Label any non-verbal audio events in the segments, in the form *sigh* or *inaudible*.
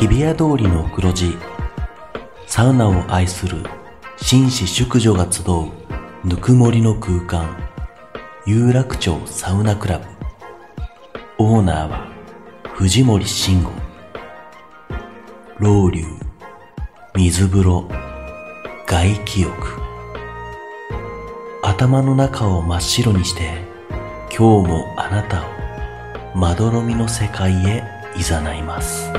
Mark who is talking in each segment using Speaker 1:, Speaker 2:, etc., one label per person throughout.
Speaker 1: 日比谷通りの黒字サウナを愛する紳士淑女が集うぬくもりの空間有楽町サウナクラブオーナーは藤森慎吾老流水風呂外気浴頭の中を真っ白にして今日もあなたをまどろみの世界へ誘います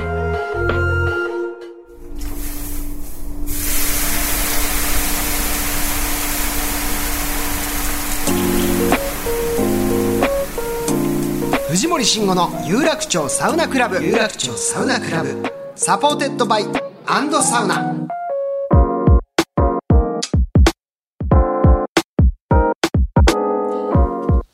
Speaker 2: 藤森慎吾の有楽町サウナクラブ有楽町サウナクラブサポーテッドバイアンドサウナ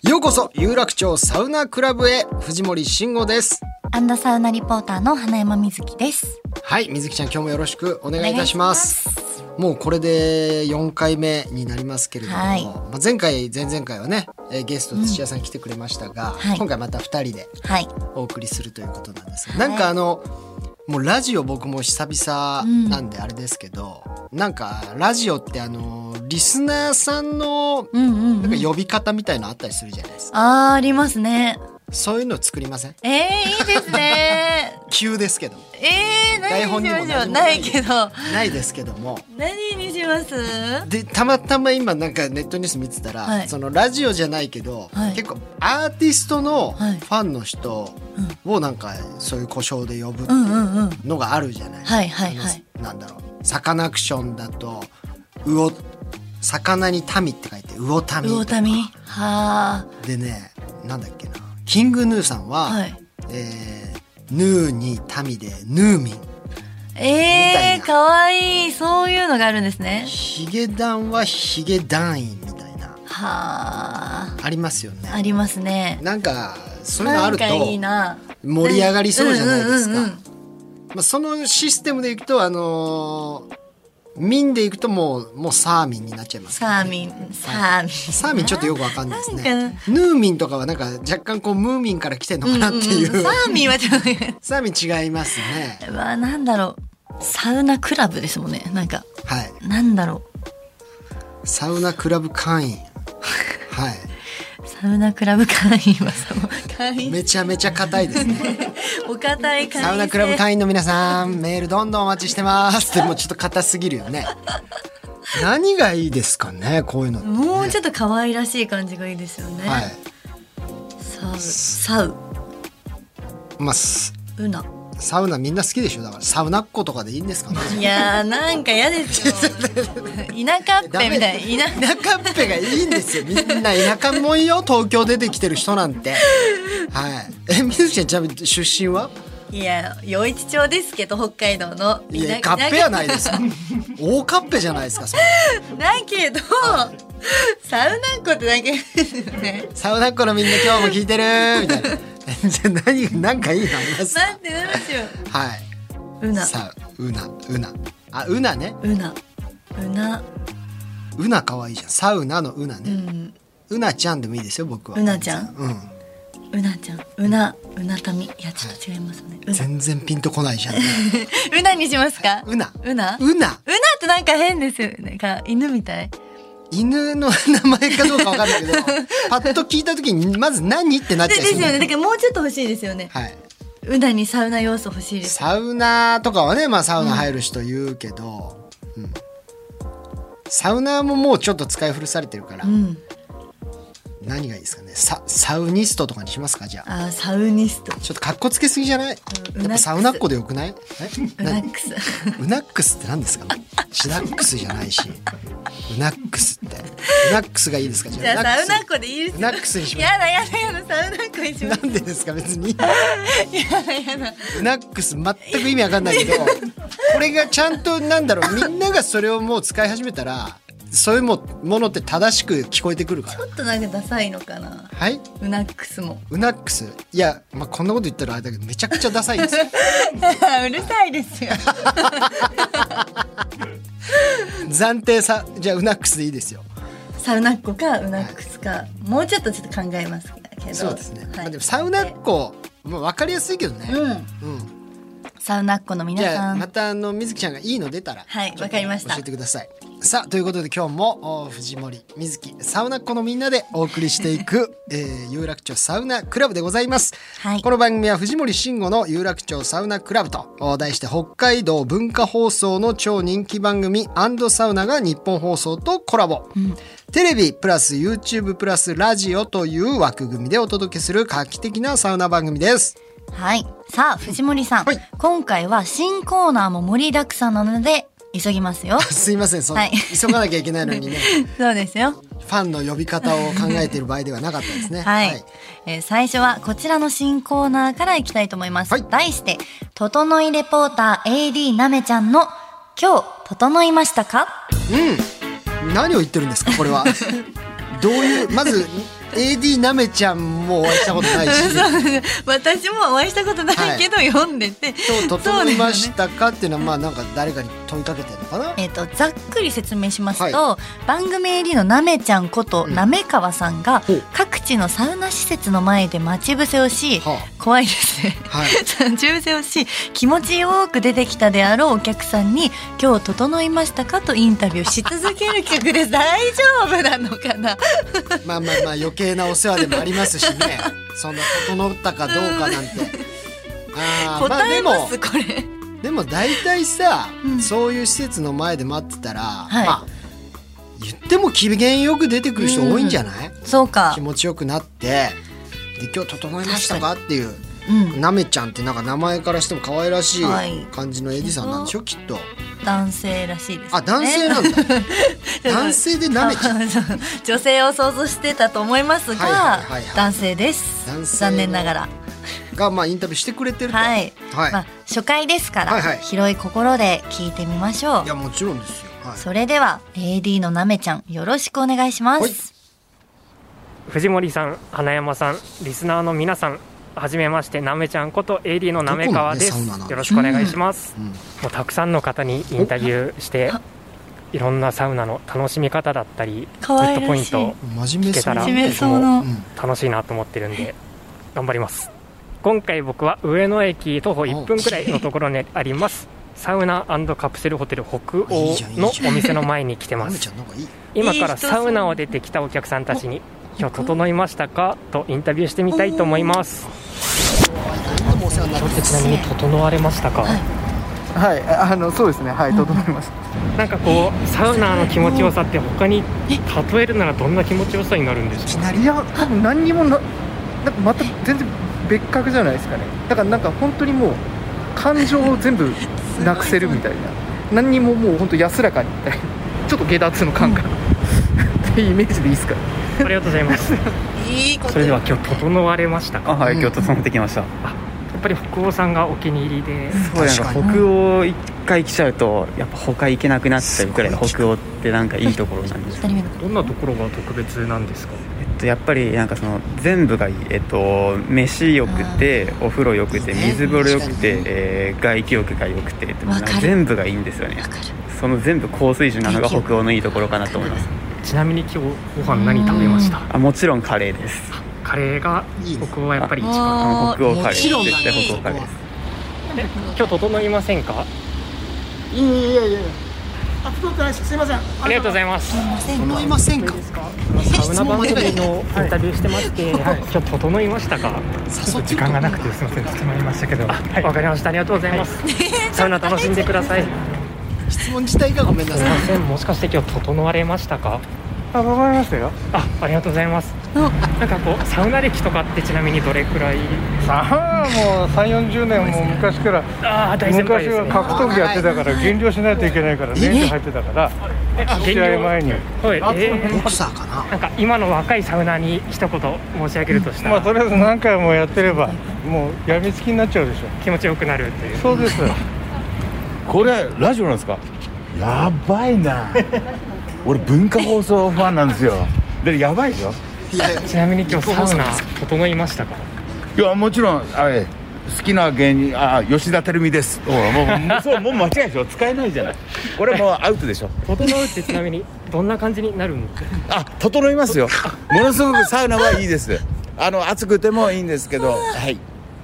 Speaker 2: ようこそ有楽町サウナクラブへ藤森慎吾です
Speaker 3: アンドサウナリポーターの花山みずきです。
Speaker 2: はい水木ちゃん今日もよろしくお願いいたしますもうこれで4回目になりますけれども、
Speaker 3: はい
Speaker 2: まあ、前回前々回はねえーゲスト土屋さん来てくれましたが、
Speaker 3: はい
Speaker 2: 今回また2人で
Speaker 3: はい。
Speaker 2: お送りするということなんですが、
Speaker 3: はい
Speaker 2: なんかあのもうラジオ僕も久々なんであれですけど、なんかラジオってあのリスナーさんの
Speaker 3: うんうん、う
Speaker 2: なん
Speaker 3: ん。
Speaker 2: か呼び方みたいのあったりするじゃないですか、
Speaker 3: あーありますね。
Speaker 2: そういうの作りません
Speaker 3: えー、いいですね。 *laughs*
Speaker 2: 急ですけど
Speaker 3: えー、
Speaker 2: 台本
Speaker 3: 何に
Speaker 2: に
Speaker 3: し
Speaker 2: も
Speaker 3: ましょう。
Speaker 2: 何も
Speaker 3: ないけど。
Speaker 2: ないですけども
Speaker 3: 何にします。
Speaker 2: でたまたま今なんかネットニュース見てたら、
Speaker 3: はい
Speaker 2: そのラジオじゃないけど、
Speaker 3: はい
Speaker 2: 結構アーティストのフ
Speaker 3: はい
Speaker 2: ァンの人をなんかそういう故障で呼ぶって
Speaker 3: う
Speaker 2: い
Speaker 3: んうんうん。
Speaker 2: のがあるじゃない。
Speaker 3: はいはいはい
Speaker 2: あのなんだろう。サカナクションだと魚魚に民って書いて魚民と
Speaker 3: 魚
Speaker 2: か。
Speaker 3: 民。は
Speaker 2: でね、なんだっけな。キングヌーさん
Speaker 3: あ。
Speaker 2: は、
Speaker 3: はい。
Speaker 2: えーヌーに民でヌーミン。みた
Speaker 3: え
Speaker 2: いな
Speaker 3: ー、可愛いい。そういうのがあるんですね。
Speaker 2: ヒゲダンはヒゲ団員みたいな
Speaker 3: はあ。
Speaker 2: ありますよ
Speaker 3: あ
Speaker 2: ね。
Speaker 3: りますね。
Speaker 2: なんかそういうの
Speaker 3: な
Speaker 2: あ
Speaker 3: ん
Speaker 2: ると
Speaker 3: かいいな。
Speaker 2: 盛り上がりそうじゃないですか。
Speaker 3: うんうんうんうん
Speaker 2: まあそのシステムでいくとあのー民でいくともうもうサーミンになっちゃいますけどね
Speaker 3: サーミン、サーミン。
Speaker 2: サーミンちょっとよくわかんないです
Speaker 3: な
Speaker 2: ね
Speaker 3: ん。
Speaker 2: ヌーミンとかはなんか若干こうムーミンから来てんのかなっていう。
Speaker 3: んんんサーミンはちょっと。
Speaker 2: *laughs* サーミン違いますね。
Speaker 3: はなんだろうサウナクラブですもんねなんか
Speaker 2: はい。
Speaker 3: なんだろ
Speaker 2: サウナクラブ会員。はい。
Speaker 3: うサウナクラブ会員はその会員
Speaker 2: めちゃめちゃ硬いですね。
Speaker 3: *laughs* お堅い会員制
Speaker 2: サウナクラブ会員の皆さん、メールどんどんお待ちしてます。でもちょっと硬すぎるよね。何がいいですかね、こういうのってね、
Speaker 3: もうちょっと可愛らしい感じがいいですよね、
Speaker 2: はい。
Speaker 3: サウサウ
Speaker 2: まあ、す
Speaker 3: ウナ
Speaker 2: サウナみんな好きでしょだから、サウナっ子とかでいいんですかね。
Speaker 3: いやーなんか嫌ですよ田舎っぺみたいな田
Speaker 2: 田舎っぺがいいんですよみんな田舎もんよ東京出てきてる人なんてはいえみずきちゃんちなみに出身はい
Speaker 3: や余市町ですけど北海道の
Speaker 2: いや
Speaker 3: 田
Speaker 2: カッペやない
Speaker 3: 田
Speaker 2: ですか大カッペじゃないですかそれ
Speaker 3: 舎だけどサウナっ子ってだけですよね
Speaker 2: サウナっ子のみんな今日も聞いてるみたいなえじゃあ何なんかいいのあります
Speaker 3: なんてどうしよ
Speaker 2: は
Speaker 3: うウ
Speaker 2: い
Speaker 3: ナ
Speaker 2: さあうなうなあうなね
Speaker 3: ウナウナ
Speaker 2: うな可愛いじゃんサウナのうな
Speaker 3: う
Speaker 2: ね、
Speaker 3: ん
Speaker 2: うなちゃんでもいいですよ僕は
Speaker 3: うなちゃん
Speaker 2: うん
Speaker 3: うなちゃん、うな、うなたみ、いや、ちょっと違いますね。うな
Speaker 2: 全然ピンとこないじ *laughs* ゃんね
Speaker 3: うなにしますか。
Speaker 2: うな
Speaker 3: うな。うな
Speaker 2: うな
Speaker 3: ってなんか変ですよね。か、犬みたい。
Speaker 2: 犬の名前かどうかわかんないけ
Speaker 3: *laughs*
Speaker 2: ど、パッと聞いた時にまず何ってなっ
Speaker 3: で、
Speaker 2: ち
Speaker 3: で
Speaker 2: ゃいそ
Speaker 3: す
Speaker 2: う
Speaker 3: よ
Speaker 2: な
Speaker 3: ね。だから、もうちょっと欲しいですよね。
Speaker 2: はい。
Speaker 3: うなにサウナ要素欲しいです。
Speaker 2: サウナとかはね、まあサウナ入る人言うけど、うんサウナももうちょっと使い古されてるから、
Speaker 3: うん、
Speaker 2: 何がいいですかね。ササウニストとかにしますかじゃあ。
Speaker 3: あー、サウニスト。
Speaker 2: ちょっとかっこつけすぎじゃない、
Speaker 3: うん
Speaker 2: やっぱサウナっ子でよくないえ
Speaker 3: うな
Speaker 2: 何
Speaker 3: ックス。
Speaker 2: ウナックスって何ですか
Speaker 3: *laughs*
Speaker 2: シナックスじゃないし。ウナックスって。ウナックスがいいですかじ
Speaker 3: じゃあ、
Speaker 2: ウナッ
Speaker 3: サ
Speaker 2: ク
Speaker 3: ウ
Speaker 2: ス
Speaker 3: ナっ子でいいです
Speaker 2: うなっくすにします
Speaker 3: やだ、やだ、やだ、サウナっ子にしま
Speaker 2: な
Speaker 3: す。
Speaker 2: んでですか別
Speaker 3: *laughs*
Speaker 2: に。
Speaker 3: やだ、やだ。
Speaker 2: スナックス全く意味わかんないけ
Speaker 3: *laughs*
Speaker 2: どこれがちゃんとなんだろうみんながそれをもう使い始めたらそういうもものって正しく聞こえてくるか
Speaker 3: ち
Speaker 2: ら
Speaker 3: ょっとなんかダサいのかな。
Speaker 2: はいう
Speaker 3: なックスも。
Speaker 2: ウナックスいや、まあ、こんなこと言ったらあれだけどめちゃくちゃダサい
Speaker 3: *laughs*
Speaker 2: ですよ
Speaker 3: *laughs* うるさいですよ。
Speaker 2: 暫定さじゃあウナックスでいいですよ
Speaker 3: サウナっ子か、うなックスか、もうちょっとちょっと考えますけど。
Speaker 2: そうですね、
Speaker 3: はい
Speaker 2: まあ、でもサウナっ子もう分かりやすいけどね
Speaker 3: うん、
Speaker 2: うん、
Speaker 3: サウナっ子の皆
Speaker 2: じゃ
Speaker 3: さ
Speaker 2: あま
Speaker 3: ん。
Speaker 2: たあの水木ちゃんがいいの出たら
Speaker 3: はい
Speaker 2: ちょっと
Speaker 3: わかりました
Speaker 2: 教えてくださいさあということで今日もお藤森水木サウナっ子のみんなでお送りしてい
Speaker 3: *laughs*
Speaker 2: く、えー有楽町サウナクラブでございます、
Speaker 3: はい
Speaker 2: この番組は藤森慎吾の有楽町サウナクラブとお題して北海道文化放送の超人気番組サウナが日本放送とコラボ、テレビプラス YouTube プラスラジオという枠組みでお届けする画期的なサウナ番組です
Speaker 3: はい。さあ、藤森さん、
Speaker 2: はい
Speaker 3: 今回は新コーナーも盛りだくさんなので、急ぎ
Speaker 2: *laughs*
Speaker 3: ますよ。
Speaker 2: すいませんそんな、
Speaker 3: はい
Speaker 2: 急がなきゃいけないのに
Speaker 3: *laughs*
Speaker 2: ね
Speaker 3: そうですよ。
Speaker 2: ファンの呼び方を考えている場合ではなかったですね。
Speaker 3: *laughs* はい、えー最初はこちらの新コーナーからいきたいと思います。
Speaker 2: はい
Speaker 3: 題して、整いレポーター AD なめちゃんの今日、整いましたか *laughs*
Speaker 2: 何を言ってるんですか、これは。どういう、まず、AD なめちゃんもお会いしたことない
Speaker 3: *laughs*
Speaker 2: し、
Speaker 3: 私もお会いしたことない
Speaker 2: け
Speaker 3: ど、読んでて。
Speaker 2: 今日整いましたかっていうのは、まあなんか誰かに問いかけてるのかな。
Speaker 3: えー、とざっくり説明しますと、
Speaker 2: は
Speaker 3: 番組 AD のなめちゃんことなめかわさんが
Speaker 2: ほう
Speaker 3: 各地のサウナ施設の前で待ち伏せをし、
Speaker 2: は
Speaker 3: 怖いですね、 *laughs*
Speaker 2: はい
Speaker 3: 待ち伏せをし気持ちよく出てきたであろうお客さんに「今日整いましたか?」とインタビューし続ける企画です大丈夫なのかな
Speaker 2: まあまあまあ余計なお世話でもありますし
Speaker 3: *laughs*
Speaker 2: ね。そんな整ったかどうかなんて。あー
Speaker 3: 答えます、
Speaker 2: でも、
Speaker 3: これ
Speaker 2: でも大体さ、
Speaker 3: うん
Speaker 2: そういう施設の前で待ってたら、
Speaker 3: い
Speaker 2: まあ、言っても機嫌よく出てくる人多いんじゃない、
Speaker 3: そうか
Speaker 2: 気持ちよくなってで今日整いましたかっていう
Speaker 3: うん
Speaker 2: なめちゃんってなんか名前からしても可愛らしい
Speaker 3: はい
Speaker 2: 感じのエディさんなんでしょきっと
Speaker 3: 男性らしいですね
Speaker 2: あ男性なんだ
Speaker 3: *laughs*
Speaker 2: 男性でなめちゃん
Speaker 3: 女性を想像してたと思いますが、
Speaker 2: はいはいはいはい
Speaker 3: 男性です
Speaker 2: 男性の
Speaker 3: 残念ながら
Speaker 2: がまあインタビューしてくれてると
Speaker 3: はい、
Speaker 2: はい
Speaker 3: まあ、初回ですから、
Speaker 2: はいはい
Speaker 3: 広い心で聞いてみましょう
Speaker 2: いやもちろんですよはい
Speaker 3: それでは AD のなめちゃんよろしくお願いします、
Speaker 2: はい
Speaker 4: 藤森さん、花山さん、リスナーの皆さん、はじめまして、なめちゃんこと AD のなめかわで
Speaker 2: どこのねサウナな
Speaker 4: す
Speaker 2: んで。しょう
Speaker 4: よろしくお願いします。
Speaker 2: うん
Speaker 4: もうたくさんの方にインタビューして、いろんなサウナの楽しみ方だったり、グ
Speaker 3: 可愛らしい
Speaker 4: ッドポイント
Speaker 2: 真面目
Speaker 4: 聞け
Speaker 2: そ
Speaker 4: た
Speaker 2: う
Speaker 4: ら、
Speaker 3: 真面目
Speaker 4: 僕
Speaker 3: そうな
Speaker 4: も
Speaker 2: うん
Speaker 4: 楽しいなと思ってるんで、頑張ります。今回僕は上野駅徒歩1分くらいのところにあります、サウナカプセルホテル北
Speaker 2: いい
Speaker 4: 欧
Speaker 2: じゃんいい
Speaker 4: の
Speaker 2: じゃん
Speaker 4: お店の前に来て
Speaker 2: な
Speaker 4: ま
Speaker 2: め
Speaker 4: す
Speaker 2: ち。ゃんなんかいい
Speaker 4: 今からサウナを出てきたお客さんたちに「今日整いましたか?」とインタビューしてみたいと思います
Speaker 2: 何度もお世話になってま
Speaker 4: ち
Speaker 2: す
Speaker 4: なみに整われましたか、
Speaker 5: はい、ああのそうですね、はい、整いました。
Speaker 4: なんかこうサウナーの気持ちよさって他に例えるならどんな気持ちよさになるんでしょ
Speaker 5: いや、多分何にもな、なんかまた全然別格じゃないですかね。だからなんか本当にもう感情を *laughs* 全部なくせるみたいな、何にももう本当安らかにみたいな、ちょっと下脱の感覚っていうイメージでいいですか。
Speaker 4: うありがとうございます
Speaker 5: *laughs*
Speaker 3: いいこ
Speaker 4: それでは今日整われましたか
Speaker 6: あはい、
Speaker 2: うん
Speaker 6: 今日整ってきました、
Speaker 4: やっぱり北欧さんがお気に入りで
Speaker 6: そうなんか
Speaker 2: 確か
Speaker 6: 北欧一回来ちゃうとやっぱ他行けなくなっちゃうくらい
Speaker 2: すごい
Speaker 6: 北欧ってなんかいいところなんです
Speaker 3: 二人目の
Speaker 4: どんなところが特別なんですか
Speaker 6: えっとやっぱりなんかその全部がいいえっと飯よくてお風呂よくて
Speaker 2: いいね
Speaker 6: 水風呂よく
Speaker 2: 確か
Speaker 6: て
Speaker 2: に、
Speaker 6: えー外気浴がよくてって
Speaker 3: わかる
Speaker 6: なんか全部がいいんですよね
Speaker 3: わかる
Speaker 6: その全部高水準なのが北欧のいいところかなと思います
Speaker 4: ちなみに今日ご飯何食べました
Speaker 6: あもちろんカレーです
Speaker 4: カレーが北欧はやっぱり一番
Speaker 6: あの北欧カレー
Speaker 3: もちろん
Speaker 6: 絶対北欧カレーです
Speaker 4: え今日整いませんか
Speaker 5: いやいやいや。あ、整ってないです。すみません。
Speaker 4: ありがとうございます
Speaker 2: 整いませんか
Speaker 4: サウナ番組のインタビューしてまして、今日整いましたか。
Speaker 2: 誘って
Speaker 7: 時間がなくてすみません質問いましたけど、はい、
Speaker 4: わかりました。ありがとうございます。サウナ楽しんでください。す
Speaker 2: 質問自体がごめんなさ
Speaker 4: み
Speaker 2: い
Speaker 4: ません。もしかして今日整われましたか。
Speaker 5: あ、わかりましたよ。
Speaker 4: あ、ありがとうございます。なんかこうサウナ歴とかってちなみにどれくらい？
Speaker 5: さあ、もう三四十年も昔から。
Speaker 4: ああ、大先輩
Speaker 5: 昔
Speaker 4: です
Speaker 5: は
Speaker 4: ね。
Speaker 5: 格闘技やってたから減量しないといけないから年で入ってたから試合前に
Speaker 4: はい。え
Speaker 2: ボ
Speaker 4: ー
Speaker 2: クサーかな
Speaker 4: なんか今の若いサウナーに一言申し上げるとした
Speaker 5: まあ
Speaker 4: ら
Speaker 5: とりあえず何回もやってればもうやみつきになっちゃうでしょ
Speaker 4: 気持ちよくなるという。
Speaker 5: そうです
Speaker 7: これラジオなんですかやばいな俺文化放送ファンなんですよでやばいでしょ
Speaker 2: いやいや
Speaker 4: ちなみに今日サウナ整いましたか。
Speaker 7: いやもちろんあれ好きな芸人あ吉田照美ですほらもうもうそうもう間違いでしょ使えないじゃないこれもうアウトでしょ
Speaker 4: 整うってちなみにどんな感じになるんですか。
Speaker 7: あ整いますよものすごくサウナはいいですあの暑くてもいいんですけどはい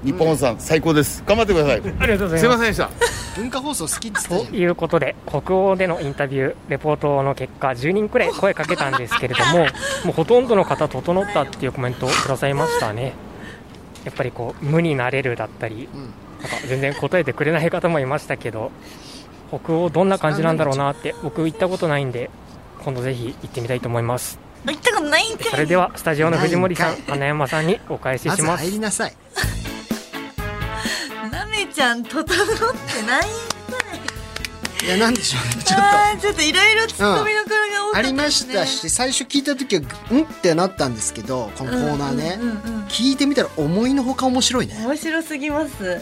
Speaker 7: 日本放送さん最高です頑張ってください
Speaker 4: ありがとうございます
Speaker 7: すいませんでした
Speaker 2: 文化放送好きっつって
Speaker 4: と
Speaker 2: たじゃん
Speaker 4: いうことで、国王でのインタビュー、レポートの結果、10人くらい声かけたんですけれども、もうほとんどの方、整ったっていうコメントをくださいましたね。やっぱりこう無になれるだった
Speaker 2: ん
Speaker 4: り、なんか全然答えてくれない方もいましたけど、北欧、どんな感じなんだろうなって、僕、行ったことないんで、今度ぜひ行ってみたいと思います。
Speaker 3: 行ったことないんかい
Speaker 4: それでは、スタジオの藤森さん
Speaker 2: ないん、かい
Speaker 4: 花山さんにお返し
Speaker 2: ま
Speaker 4: し
Speaker 2: ず
Speaker 4: ま
Speaker 2: 入り
Speaker 4: す。
Speaker 2: なさい
Speaker 3: なめちゃん整ってない
Speaker 2: いやなんでしょうねちょっ
Speaker 3: あーちょっといろいろツッコミの声が多
Speaker 2: と
Speaker 3: か
Speaker 2: あ
Speaker 3: ったですね
Speaker 2: りましたし最初聞いた時はうんってなったんですけどこのコーナーね、
Speaker 3: うんうんうんうん
Speaker 2: 聞いてみたら思いのほか面白いね
Speaker 3: 面白すぎます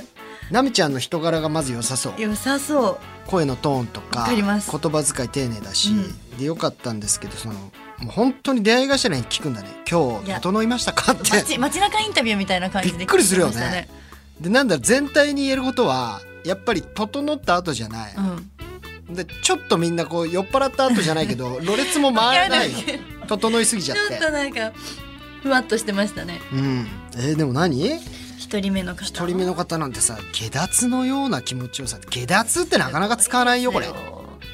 Speaker 2: なみちゃんの人柄がまず良さそう
Speaker 3: 良さそう
Speaker 2: 声のトーンとか
Speaker 3: わかります
Speaker 2: 言葉遣い丁寧だし、
Speaker 3: う
Speaker 2: で良かったんですけどそのもう本当に出会い頭に聞くんだね今
Speaker 3: い
Speaker 2: 日
Speaker 3: や
Speaker 2: 整いましたかって
Speaker 3: 街街中インタビューみたいな感じで
Speaker 2: びっくりするよね
Speaker 3: 聞いてまし
Speaker 2: でなんだろう全体に言えることはやっぱり整った後じゃない
Speaker 3: た、ね
Speaker 2: でちょっとみんなこう酔っ払った後じゃないけどろれつも回らないの
Speaker 3: いや
Speaker 2: 整いすぎちゃ
Speaker 3: うん、
Speaker 2: っ
Speaker 3: ちょってとなんかふわっとしてましたね
Speaker 2: うんえーでも何
Speaker 3: 一人目の方
Speaker 2: 一人目の方なんてさ下脱のような気持ちよさ下脱ってなかなか使わないよこれ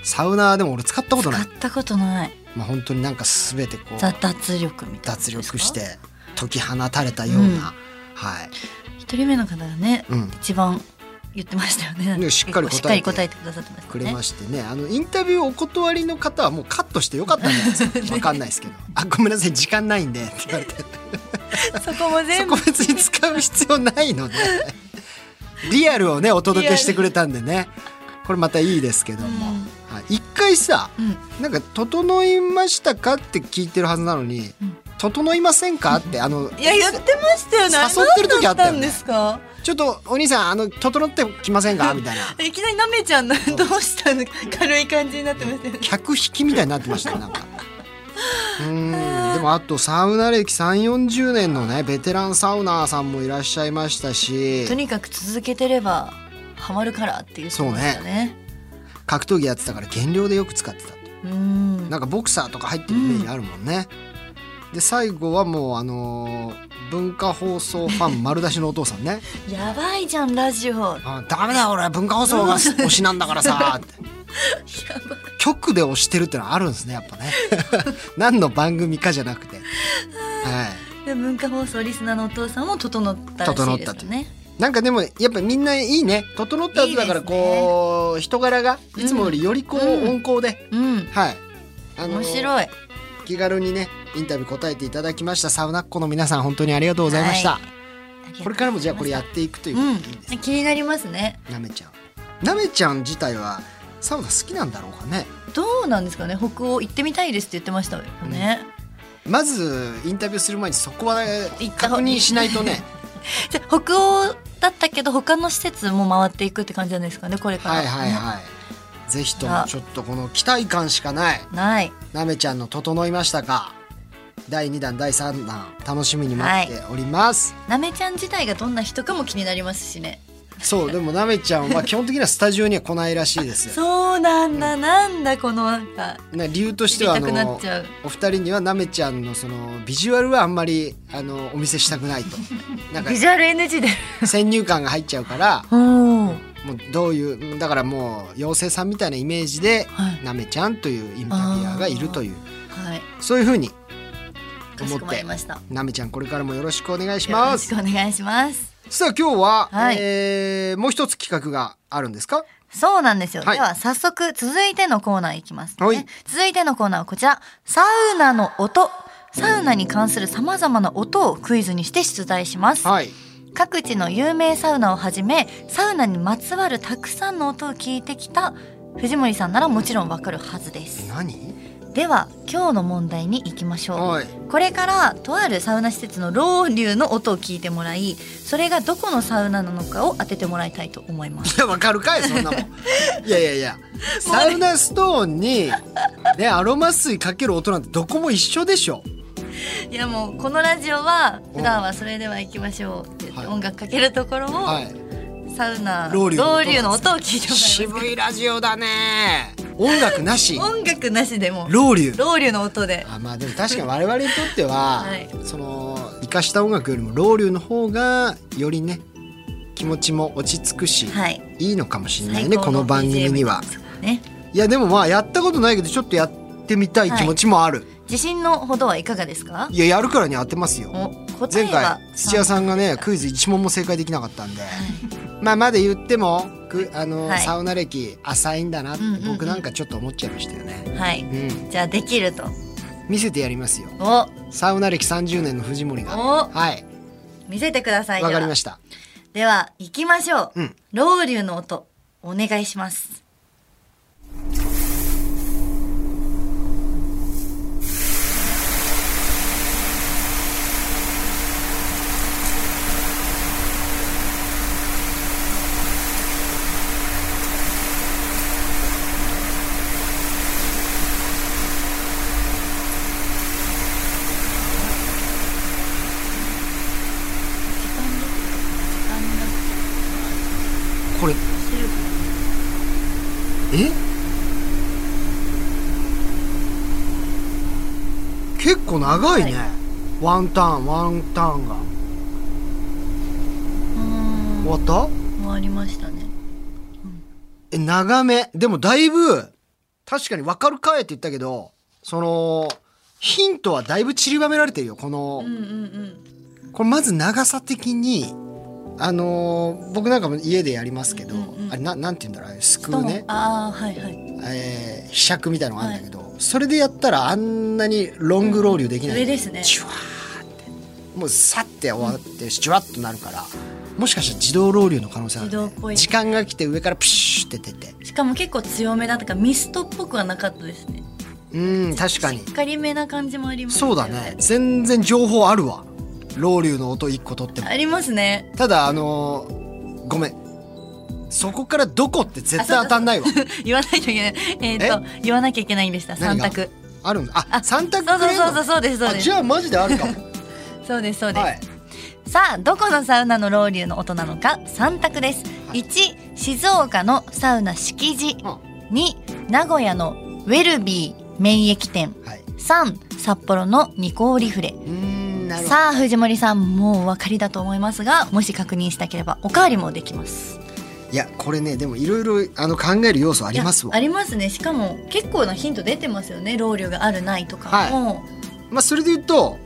Speaker 2: サウナーでも俺使ったこと
Speaker 3: 使
Speaker 2: ない
Speaker 3: ったことない
Speaker 2: まあ本当になんか全てこう
Speaker 3: 雑脱力みたいな
Speaker 2: 脱力して解き放たれたような、
Speaker 3: うん
Speaker 2: はい
Speaker 3: 一人目の方がね、
Speaker 2: うん
Speaker 3: 一番言ってましたよね
Speaker 2: ねしっかり
Speaker 3: 結構
Speaker 2: 答えて
Speaker 3: しっかり答えてくださってましたね
Speaker 2: くれましてねあのインタビューお断りの方はもうカットしてよかったんじゃない *laughs* ですかわかんないですけど「あごめんなさい時間ない *laughs* んで」って言われて
Speaker 3: そこも
Speaker 2: そ
Speaker 3: 全
Speaker 2: こ
Speaker 3: 部
Speaker 2: 別に使う必要ない *laughs* のでリアルをねお届けしてくれたんでねこれまたいいですけども、はい一回さ、なんか「整いましたか?」って聞いてるはずなのに「整いませんか?」ってあの
Speaker 3: いや言ってましたよねあれ
Speaker 2: 誘ってる時あったよね
Speaker 3: 何だんですか
Speaker 2: ちょっとお兄さんあの整ってきませんか?」みたいな。
Speaker 3: いきなりなめちゃんのどうしたの軽い感じになってましたよね
Speaker 2: 客引きみたいになってましたよなん *laughs* か。うーんでもあとサウナ歴3 4 0年のねベテランサウナーさんもいらっしゃいましたし
Speaker 3: とにかく続けてればハマるからっていう
Speaker 2: そうね
Speaker 3: ましたね
Speaker 2: 格闘技やってたから減量でよく使ってたって
Speaker 3: うーん
Speaker 2: なんかボクサーとか入ってるイメージあるもんね、で最後はもうあのー文化放送ファン丸出しのお父さんね
Speaker 3: やばいじゃんラジオや
Speaker 2: 「あダメだ俺文化放
Speaker 3: *laughs*
Speaker 2: 送が推しなんだからさ」って
Speaker 3: ば
Speaker 2: 局で推してるってのはあるんですねやっぱ
Speaker 3: *laughs*
Speaker 2: ね何の番組かじゃなくてはい
Speaker 3: いで文化放送リスナーのお父さんも整ったらしいですよね
Speaker 2: なんかでもやっぱみんないいね整った後だからこう人柄がいつもよりよりこう
Speaker 3: うん
Speaker 2: 温厚で、
Speaker 3: うん
Speaker 2: はいあ
Speaker 3: 面
Speaker 2: い
Speaker 3: 白い
Speaker 2: 気軽にねインタビュー答えていただきましたサウナっ子の皆さん本当にありがとうございました、
Speaker 3: は
Speaker 2: これからもじゃあこれやっていくという
Speaker 3: う
Speaker 2: こと
Speaker 3: ん
Speaker 2: でいいです、
Speaker 3: 気になりますね
Speaker 2: なめちゃんなめちゃん自体はサウナ好きなんだろうかね
Speaker 3: どうなんですかね北欧行ってみたいですって言ってましたよね、
Speaker 2: まずインタビューする前にそこはね
Speaker 3: 行った方
Speaker 2: 確認しないと
Speaker 3: *laughs*
Speaker 2: ね
Speaker 3: じゃあ北欧だったけど他の施設も回っていくって感じなんですかねこれから
Speaker 2: はいはいはい、ぜひともちょっとこの期待感しかない
Speaker 3: ない
Speaker 2: なめちゃんの整いましたか第2弾第3弾楽しみに待っております、
Speaker 3: なめちゃん自体がどんな人かも気になりますしね
Speaker 2: そうでもなめちゃんは基 *laughs* 本的にはスタジオには来ないらしいですよ
Speaker 3: そうなんだ、なんだこのなんか
Speaker 2: な理由としてはあ
Speaker 3: 知りたくな
Speaker 2: の
Speaker 3: っちゃう
Speaker 2: お二人にはなめちゃんのそのビジュアルはあんまりあのお見せしたくない
Speaker 3: *laughs*
Speaker 2: となん
Speaker 3: ビジ
Speaker 2: か
Speaker 3: ュアル NG で
Speaker 2: 先入観が入っちゃうから
Speaker 3: おお
Speaker 2: もうどういうだからもう妖精さんみたいなイメージで、
Speaker 3: はい
Speaker 2: なめちゃんというインタビュアーがいるという
Speaker 3: はい
Speaker 2: そういうふうに
Speaker 3: か
Speaker 2: 思
Speaker 3: し
Speaker 2: っ
Speaker 3: こまり
Speaker 2: て
Speaker 3: ましたよ
Speaker 2: なめちゃんこれからもよろしくお願いしま
Speaker 3: ろ
Speaker 2: す
Speaker 3: しくお願いします
Speaker 2: さあ今日は、
Speaker 3: はい
Speaker 2: えーもう一つ企画があるんですか
Speaker 3: そうなんですよ、
Speaker 2: はい
Speaker 3: では早速続いてのコーナーいきますね、
Speaker 2: はい
Speaker 3: 続いてのコーナーはこちらサウナの音サウナに関するさまざまな音をクイズにして出題します、
Speaker 2: はい
Speaker 3: 各地の有名サウナをはじめサウナにまつわるたくさんの音を聞いてきた藤森さんならもちろんわかるはずです
Speaker 2: 何
Speaker 3: では今日の問題に行きましょう、
Speaker 2: はい
Speaker 3: これからとあるサウナ施設のロウリュの音を聞いてもらいそれがどこのサウナなのかを当ててもらいたいと思いま
Speaker 2: い
Speaker 3: す
Speaker 2: やわかるかいそんなもんいやいやいやサウナストーンにねアロマ水かける音なんてどこも一緒でしょ
Speaker 3: *laughs* いやもうこのラジオは普段はそれでは行きましょうって言っ
Speaker 2: はい
Speaker 3: て音楽かけるところを、 *laughs*
Speaker 2: はい
Speaker 3: サウナ
Speaker 2: ロ
Speaker 3: ロ
Speaker 2: ウ
Speaker 3: ウ
Speaker 2: リ
Speaker 3: リ
Speaker 2: ュの音
Speaker 3: ュの音を聞いてもらいます
Speaker 2: 渋いラジオだね音楽なし
Speaker 3: 音楽なしでもロ
Speaker 2: ロウリュ
Speaker 3: ウリュの音で
Speaker 2: あまあでも確かに我々にとっては、
Speaker 3: *laughs* はい
Speaker 2: その生かした音楽よりもロウリュの方がよりね気持ちも落ち着くし、
Speaker 3: はい
Speaker 2: い、いのかもしれない
Speaker 3: 最
Speaker 2: ね
Speaker 3: 高
Speaker 2: この番組には
Speaker 3: BGM ですからね
Speaker 2: いやでもまあやったことないけどちょっとやってみたい気持ちもある、
Speaker 3: 自信のほどはいかがですか
Speaker 2: い、ややるからに当てますよ
Speaker 3: お答
Speaker 2: 前
Speaker 3: えは
Speaker 2: 回土屋さんがねクイズ1問も正解できなかったんで、まあまだ言ってもくあの、
Speaker 3: はい
Speaker 2: サウナ歴浅いんだなって
Speaker 3: うんうんうん
Speaker 2: 僕なんかちょっと思っちゃいましたよね、
Speaker 3: はい
Speaker 2: うん、
Speaker 3: じゃあできると
Speaker 2: 見せてやりますよ
Speaker 3: お
Speaker 2: サウナ歴30年の藤森が
Speaker 3: お
Speaker 2: はい
Speaker 3: 見せてください
Speaker 2: わかりました
Speaker 3: たでは行きましょう、
Speaker 2: うん
Speaker 3: ロウリュの音お願いします
Speaker 2: これえ結構長いね、ワンターンワンターンが
Speaker 3: うーん
Speaker 2: 終わった
Speaker 3: 終わりましたね
Speaker 2: え長めでもだいぶ確かに分かるかいって言ったけどそのヒントはだいぶ散りばめられてるよこの、
Speaker 3: うんうんうん
Speaker 2: これまず長さ的にあのー僕なんかも家でやりますけど、
Speaker 3: うんうんうん
Speaker 2: あれななんて言うんだろうあれすくうね
Speaker 3: ああはいはい
Speaker 2: えー、ひしゃくみたいのがあるんだけど、それでやったらあんなにロングローリュできない、
Speaker 3: うん上ですね
Speaker 2: ジュワーってもうさって終わってジュワッとなるからもしかしたら自動ローリュの可能性ある、ね、
Speaker 3: 自動っぽい
Speaker 2: 時間が来て上からプシュって出て
Speaker 3: しかも結構強めだったからミストっぽくはなかったですね
Speaker 2: うん確かに
Speaker 3: しっかりめな感じもあります
Speaker 2: そうだね全然情報あるわロウリュの音1個取っても
Speaker 3: ありますね *laughs*
Speaker 2: ただあのーごめんそこからどこって絶対当たんないわ
Speaker 3: 言わないといけない。えっ、と言わなきゃいけないんでした。
Speaker 2: 何
Speaker 3: 三
Speaker 2: が
Speaker 3: 択。
Speaker 2: あるんだあ3択
Speaker 3: そう
Speaker 2: くれんの
Speaker 3: そうそうそうですそう
Speaker 2: あ
Speaker 3: で
Speaker 2: じ
Speaker 3: す。
Speaker 2: ゃあマジであるかも
Speaker 3: *laughs* そうですそうです。
Speaker 2: はい
Speaker 3: さあどこのサウナのロウリュの音なのか三択です。一、静岡のサウナ敷地
Speaker 2: うん。
Speaker 3: 二、名古屋のウェルビー免疫店。
Speaker 2: はい
Speaker 3: 三、札幌のニコーリフレ。
Speaker 2: うーんなるほど
Speaker 3: さあ藤森さんもうお分かりだと思いますがもし確認したければおかわりもできます
Speaker 2: いやこれねでもいろいろあの考える要素あ
Speaker 3: あ
Speaker 2: りますわ
Speaker 3: ありますねしかも結構なヒント出てますよねロウリュがあるないとか
Speaker 2: はい
Speaker 3: も、
Speaker 2: まあそれで言うと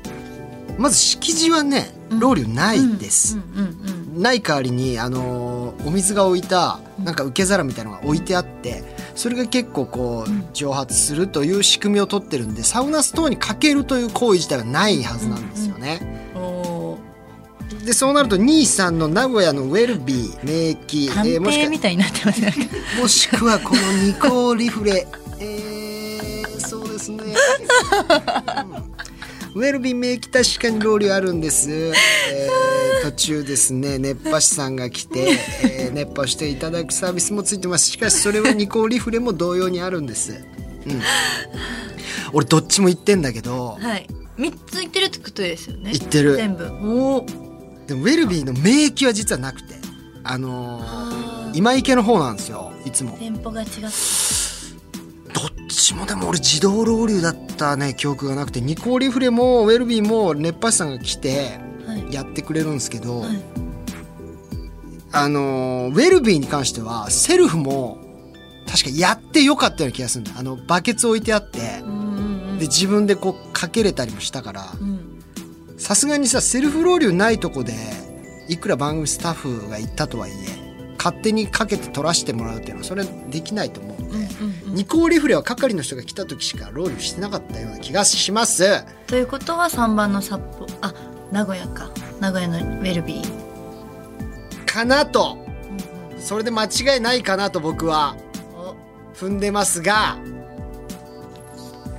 Speaker 2: まず敷地はね
Speaker 3: うん
Speaker 2: ロウリュないです、
Speaker 3: うんうんうん
Speaker 2: ない代わりにあのーお水が置いたなんか受け皿みたいなのが置いてあってそれが結構こ
Speaker 3: うん
Speaker 2: う蒸発するという仕組みを取ってるんでサウナストーンにかけるという行為自体がないはずなんですよね、
Speaker 3: うん。おー
Speaker 2: でそうなると兄さんの名古屋のウェルビー名疫、
Speaker 3: 探
Speaker 2: えーもし
Speaker 3: 偵
Speaker 2: か
Speaker 3: みたいになってますね。
Speaker 2: もしくはこのニコーリフレ。えー、そうですね。うんウェルビン免疫確かにローリュあるんです。えー途中ですね熱波師さんが来て、えー熱波していただくサービスもついてますしかしそれはニコーリフレも同様にあるんです、うん、俺どっちも言ってんだけど
Speaker 3: はい。三つ言ってるってことですよね。
Speaker 2: 言ってる
Speaker 3: 全部。おお。
Speaker 2: でもウェルビーの免疫は実はなくてあのー
Speaker 3: あー
Speaker 2: 今池の方なんですよいつも
Speaker 3: 店舗が違った。
Speaker 2: どっちもでも俺自動ロウリュだったね記憶がなくてニコーリフレもウェルビーも熱波師さんが来て
Speaker 3: はい。
Speaker 2: やってくれるんですけど、
Speaker 3: はい
Speaker 2: あのーウェルビーに関してはセルフも確かやってよかったような気がするんだあのバケツ置いてあって
Speaker 3: うんうんうん
Speaker 2: で自分でこうかけれたりもしたから
Speaker 3: うん。
Speaker 2: さすがにさセルフロウリュないとこでいくら番組スタッフが行ったとはいえ勝手にかけて取らせてもらうっていうのはそれできないと思うんで。
Speaker 3: うんうん
Speaker 2: ニコーリフレは係の人が来た時しかロウリュしてなかったような気がします
Speaker 3: ということは三番の札幌あ名古屋か名古屋のウェルビー。
Speaker 2: かなとそれで間違いないかなと僕は
Speaker 3: お
Speaker 2: 踏んでますが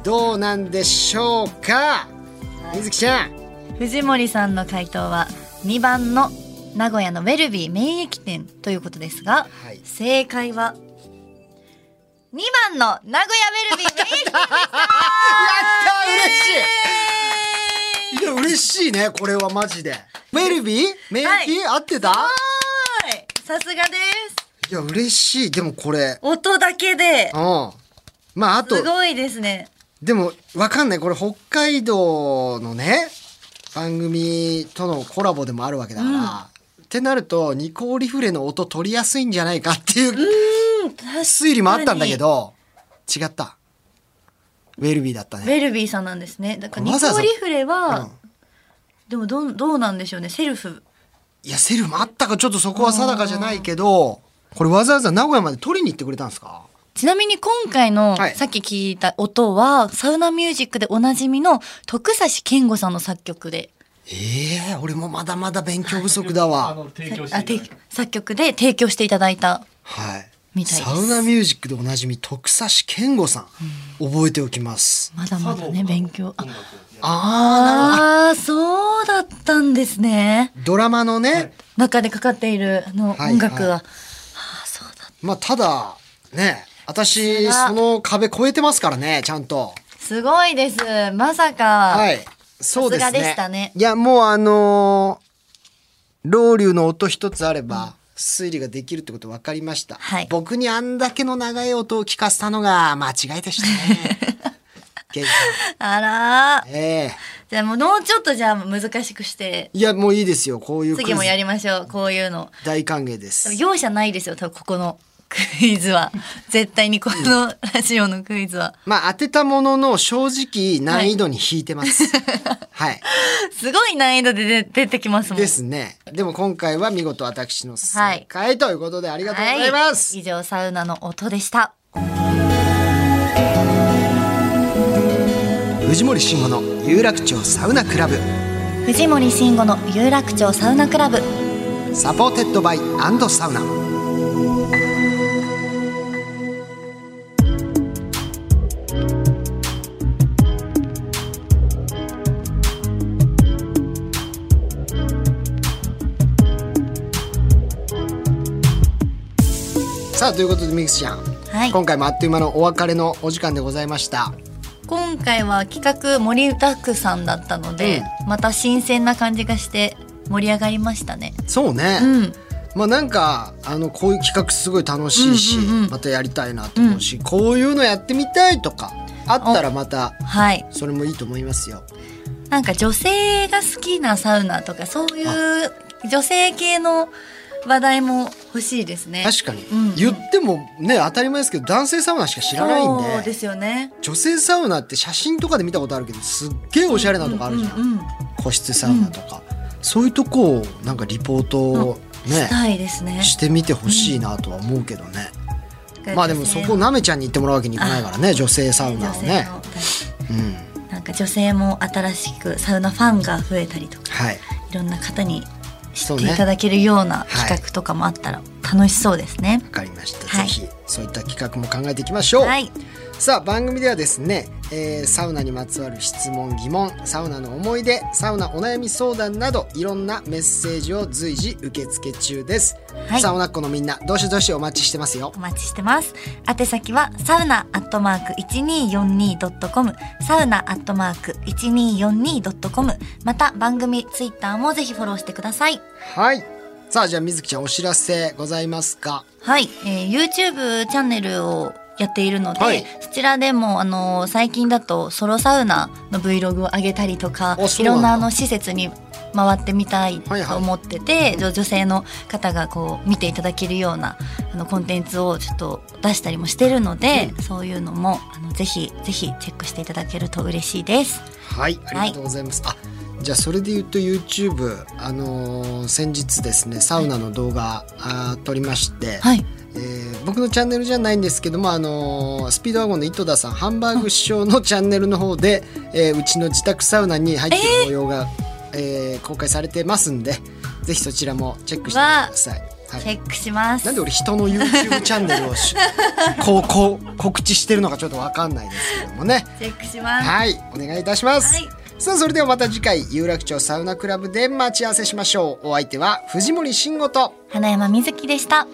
Speaker 2: どうなんでしょうか水木ちゃん
Speaker 3: 藤森さんの回答は二番の名古屋のウェルビー免疫店ということですが、
Speaker 2: はい
Speaker 3: 正解は二番の名古屋ウェルビ
Speaker 2: *laughs*
Speaker 3: ー免疫店
Speaker 2: やった嬉しいいや嬉しいねこれはマジでウェルビー免疫、
Speaker 3: はい
Speaker 2: 合ってた
Speaker 3: はい、さすがです。
Speaker 2: いや嬉しいでもこれ
Speaker 3: 音だけで
Speaker 2: うん。まああと
Speaker 3: すごいですね。
Speaker 2: でも、わかんない。これ、北海道のね、番組とのコラボでもあるわけだから、ってなると、ニコリフレの音取りやすいんじゃないかっていう推理もあったんだけど、違った。ウェルビーだった
Speaker 3: ウェ
Speaker 2: ね。
Speaker 3: ルビーさんなんですねだからニ
Speaker 2: わざわ
Speaker 3: コ
Speaker 2: ざ
Speaker 3: リフレは、
Speaker 2: うん
Speaker 3: でもどうどうなんでしょうねセルフ
Speaker 2: いや、セルもあったか、ちょっとそこは定かじゃないけど、これわざわざ名古屋まで取りに行ってくれたんですか
Speaker 3: ちなみに今回の
Speaker 2: はい
Speaker 3: さっき聞いた音は、サウナミュージックでおなじみの徳差健吾さんの作曲で
Speaker 2: ええ俺もまだまだ勉強不足だわ。
Speaker 3: あて作曲で提供していただいた
Speaker 2: はい。
Speaker 3: みたいです
Speaker 2: サウナミュージックでおなじみ徳差健吾さん、覚えておきます。
Speaker 3: まだまだね勉強あ
Speaker 2: あ
Speaker 3: あーそうだったんですね
Speaker 2: あ、ドラマのね、
Speaker 3: 中でかかっているあの
Speaker 2: はい
Speaker 3: 音楽は、
Speaker 2: は
Speaker 3: あーそうだった
Speaker 2: まあただね私
Speaker 3: さすが
Speaker 2: その壁越えてますからねちゃんと
Speaker 3: すごいですまさか、
Speaker 2: はいそうですね
Speaker 3: さすがでしたね
Speaker 2: いやもうあのー、老流の音一つあれば推理ができるってこと分かりました、
Speaker 3: はい
Speaker 2: 僕にあんだけの長い音を聞かせたのが間違いでしたね
Speaker 3: *laughs*
Speaker 2: ケンさ
Speaker 3: あら
Speaker 2: ん
Speaker 3: ー
Speaker 2: ええ
Speaker 3: じゃあもうもうちょっとじゃあ難しくして
Speaker 2: いやもういいですよこういうクイ
Speaker 3: 次
Speaker 2: ズ
Speaker 3: もやりましょうこういうの
Speaker 2: 大歓迎で
Speaker 3: ですも容赦ないですよ多分ここのクイズ
Speaker 2: *laughs*
Speaker 3: は絶対にこのラジオのクイズは
Speaker 2: まあ当てたものの正直難易度に引いてます、はい
Speaker 3: すごい難易度で出出てきますもん
Speaker 2: ですね。でも今回は見事私の正解ということでありがとうございます。
Speaker 3: はい以上サウナの音でした
Speaker 2: 藤森慎吾の有楽町サウナクラブ
Speaker 3: 藤森慎吾の有楽町サウナクラブ
Speaker 2: サポーテッドバイサウナ。さあということでミクちゃん、
Speaker 3: はい
Speaker 2: 今回もあっという間のお別れのお時間でございました。
Speaker 3: 今回は企画盛りだくさんだったので、また新鮮な感じがして盛り上がりましたね
Speaker 2: そうね、
Speaker 3: うん
Speaker 2: まあなんかあのこういう企画すごい楽しいし、またやりたいなと思うし、こういうのやってみたいとかあったらまた
Speaker 3: はい
Speaker 2: それもいいと思いますよ。
Speaker 3: なんか女性が好きなサウナとかそういう女性系の話題も欲しいですね
Speaker 2: 確かに、
Speaker 3: ん
Speaker 2: 言ってもね当たり前ですけど男性サウナしか知らないん
Speaker 3: そう
Speaker 2: で
Speaker 3: ですよね
Speaker 2: 女性サウナって写真とかで見たことあるけどすっげえおしゃれなとこあるじゃん、
Speaker 3: うん
Speaker 2: 個室サウナとか、そういうとこをなんかリポートをね
Speaker 3: し、たいですね
Speaker 2: してみてほしいなとは思うけどね、まあでもそこ
Speaker 3: 女
Speaker 2: なめちゃんに行ってもらうわけにいかないからね女性サウナを
Speaker 3: 性
Speaker 2: ね
Speaker 3: の。
Speaker 2: うん
Speaker 3: なんか女性も新しくサウナファンが増えたりとか
Speaker 2: はい
Speaker 3: いろんな方に知
Speaker 2: そう
Speaker 3: っ
Speaker 2: ね
Speaker 3: ていただけるような
Speaker 2: はい
Speaker 3: 企画とかもあったら楽しそうですね
Speaker 2: わかりました、
Speaker 3: はい
Speaker 2: ぜひそういった企画も考えていきましょう、
Speaker 3: はい
Speaker 2: さあ番組ではですね、えーサウナにまつわる質問疑問サウナの思い出サウナお悩み相談などいろんなメッセージを随時受付中です、
Speaker 3: はい
Speaker 2: サウナっ子のみんなどしどしお待ちしてますよ
Speaker 3: お待ちしてます。宛先はサウナアットマーク一二四二ドットコム、サウナアットマーク一二四二ドットコム。また番組ツイッターもぜひフォローしてください。
Speaker 2: はいさあじゃあみずきちゃんお知らせございますか
Speaker 3: はい、えー、YouTube チャンネルをやっているので、
Speaker 2: はい
Speaker 3: そちらでもあのー最近だとソロサウナの Vlog を上げたりとか
Speaker 2: あそ
Speaker 3: いう
Speaker 2: なんだ
Speaker 3: ろんなあの施設に回ってみたい
Speaker 2: はいはい
Speaker 3: と思ってて、女女性の方がこう見ていただけるようなあのコンテンツをちょっと出したりもしてるので、そういうのもあのぜひぜひチェックしていただけると嬉しいです。
Speaker 2: はいありがとうございます、あじゃあそれで言うと YouTube あのー先日ですねサウナの動画、あー撮りまして、
Speaker 3: はい、
Speaker 2: えー僕のチャンネルじゃないんですけども、あのースピードワゴンの井戸田さんハンバーグ師匠のチャンネルの方で、えーうちの自宅サウナに入ってる模様が、えー公開されてますんでぜひそちらもチェックしてみてください。
Speaker 3: チ
Speaker 2: はい
Speaker 3: ェックします。
Speaker 2: なんで俺人の YouTube チャンネルを
Speaker 3: *laughs*
Speaker 2: しこうこう告知してるのかちょっとわかんないですけどもね
Speaker 3: チェックします。
Speaker 2: はいお願いいたします、
Speaker 3: はい
Speaker 2: さあそれではまた次回有楽町サウナクラブで待ち合わせしましょうお相手は藤森慎吾と
Speaker 3: 花山みずきでした。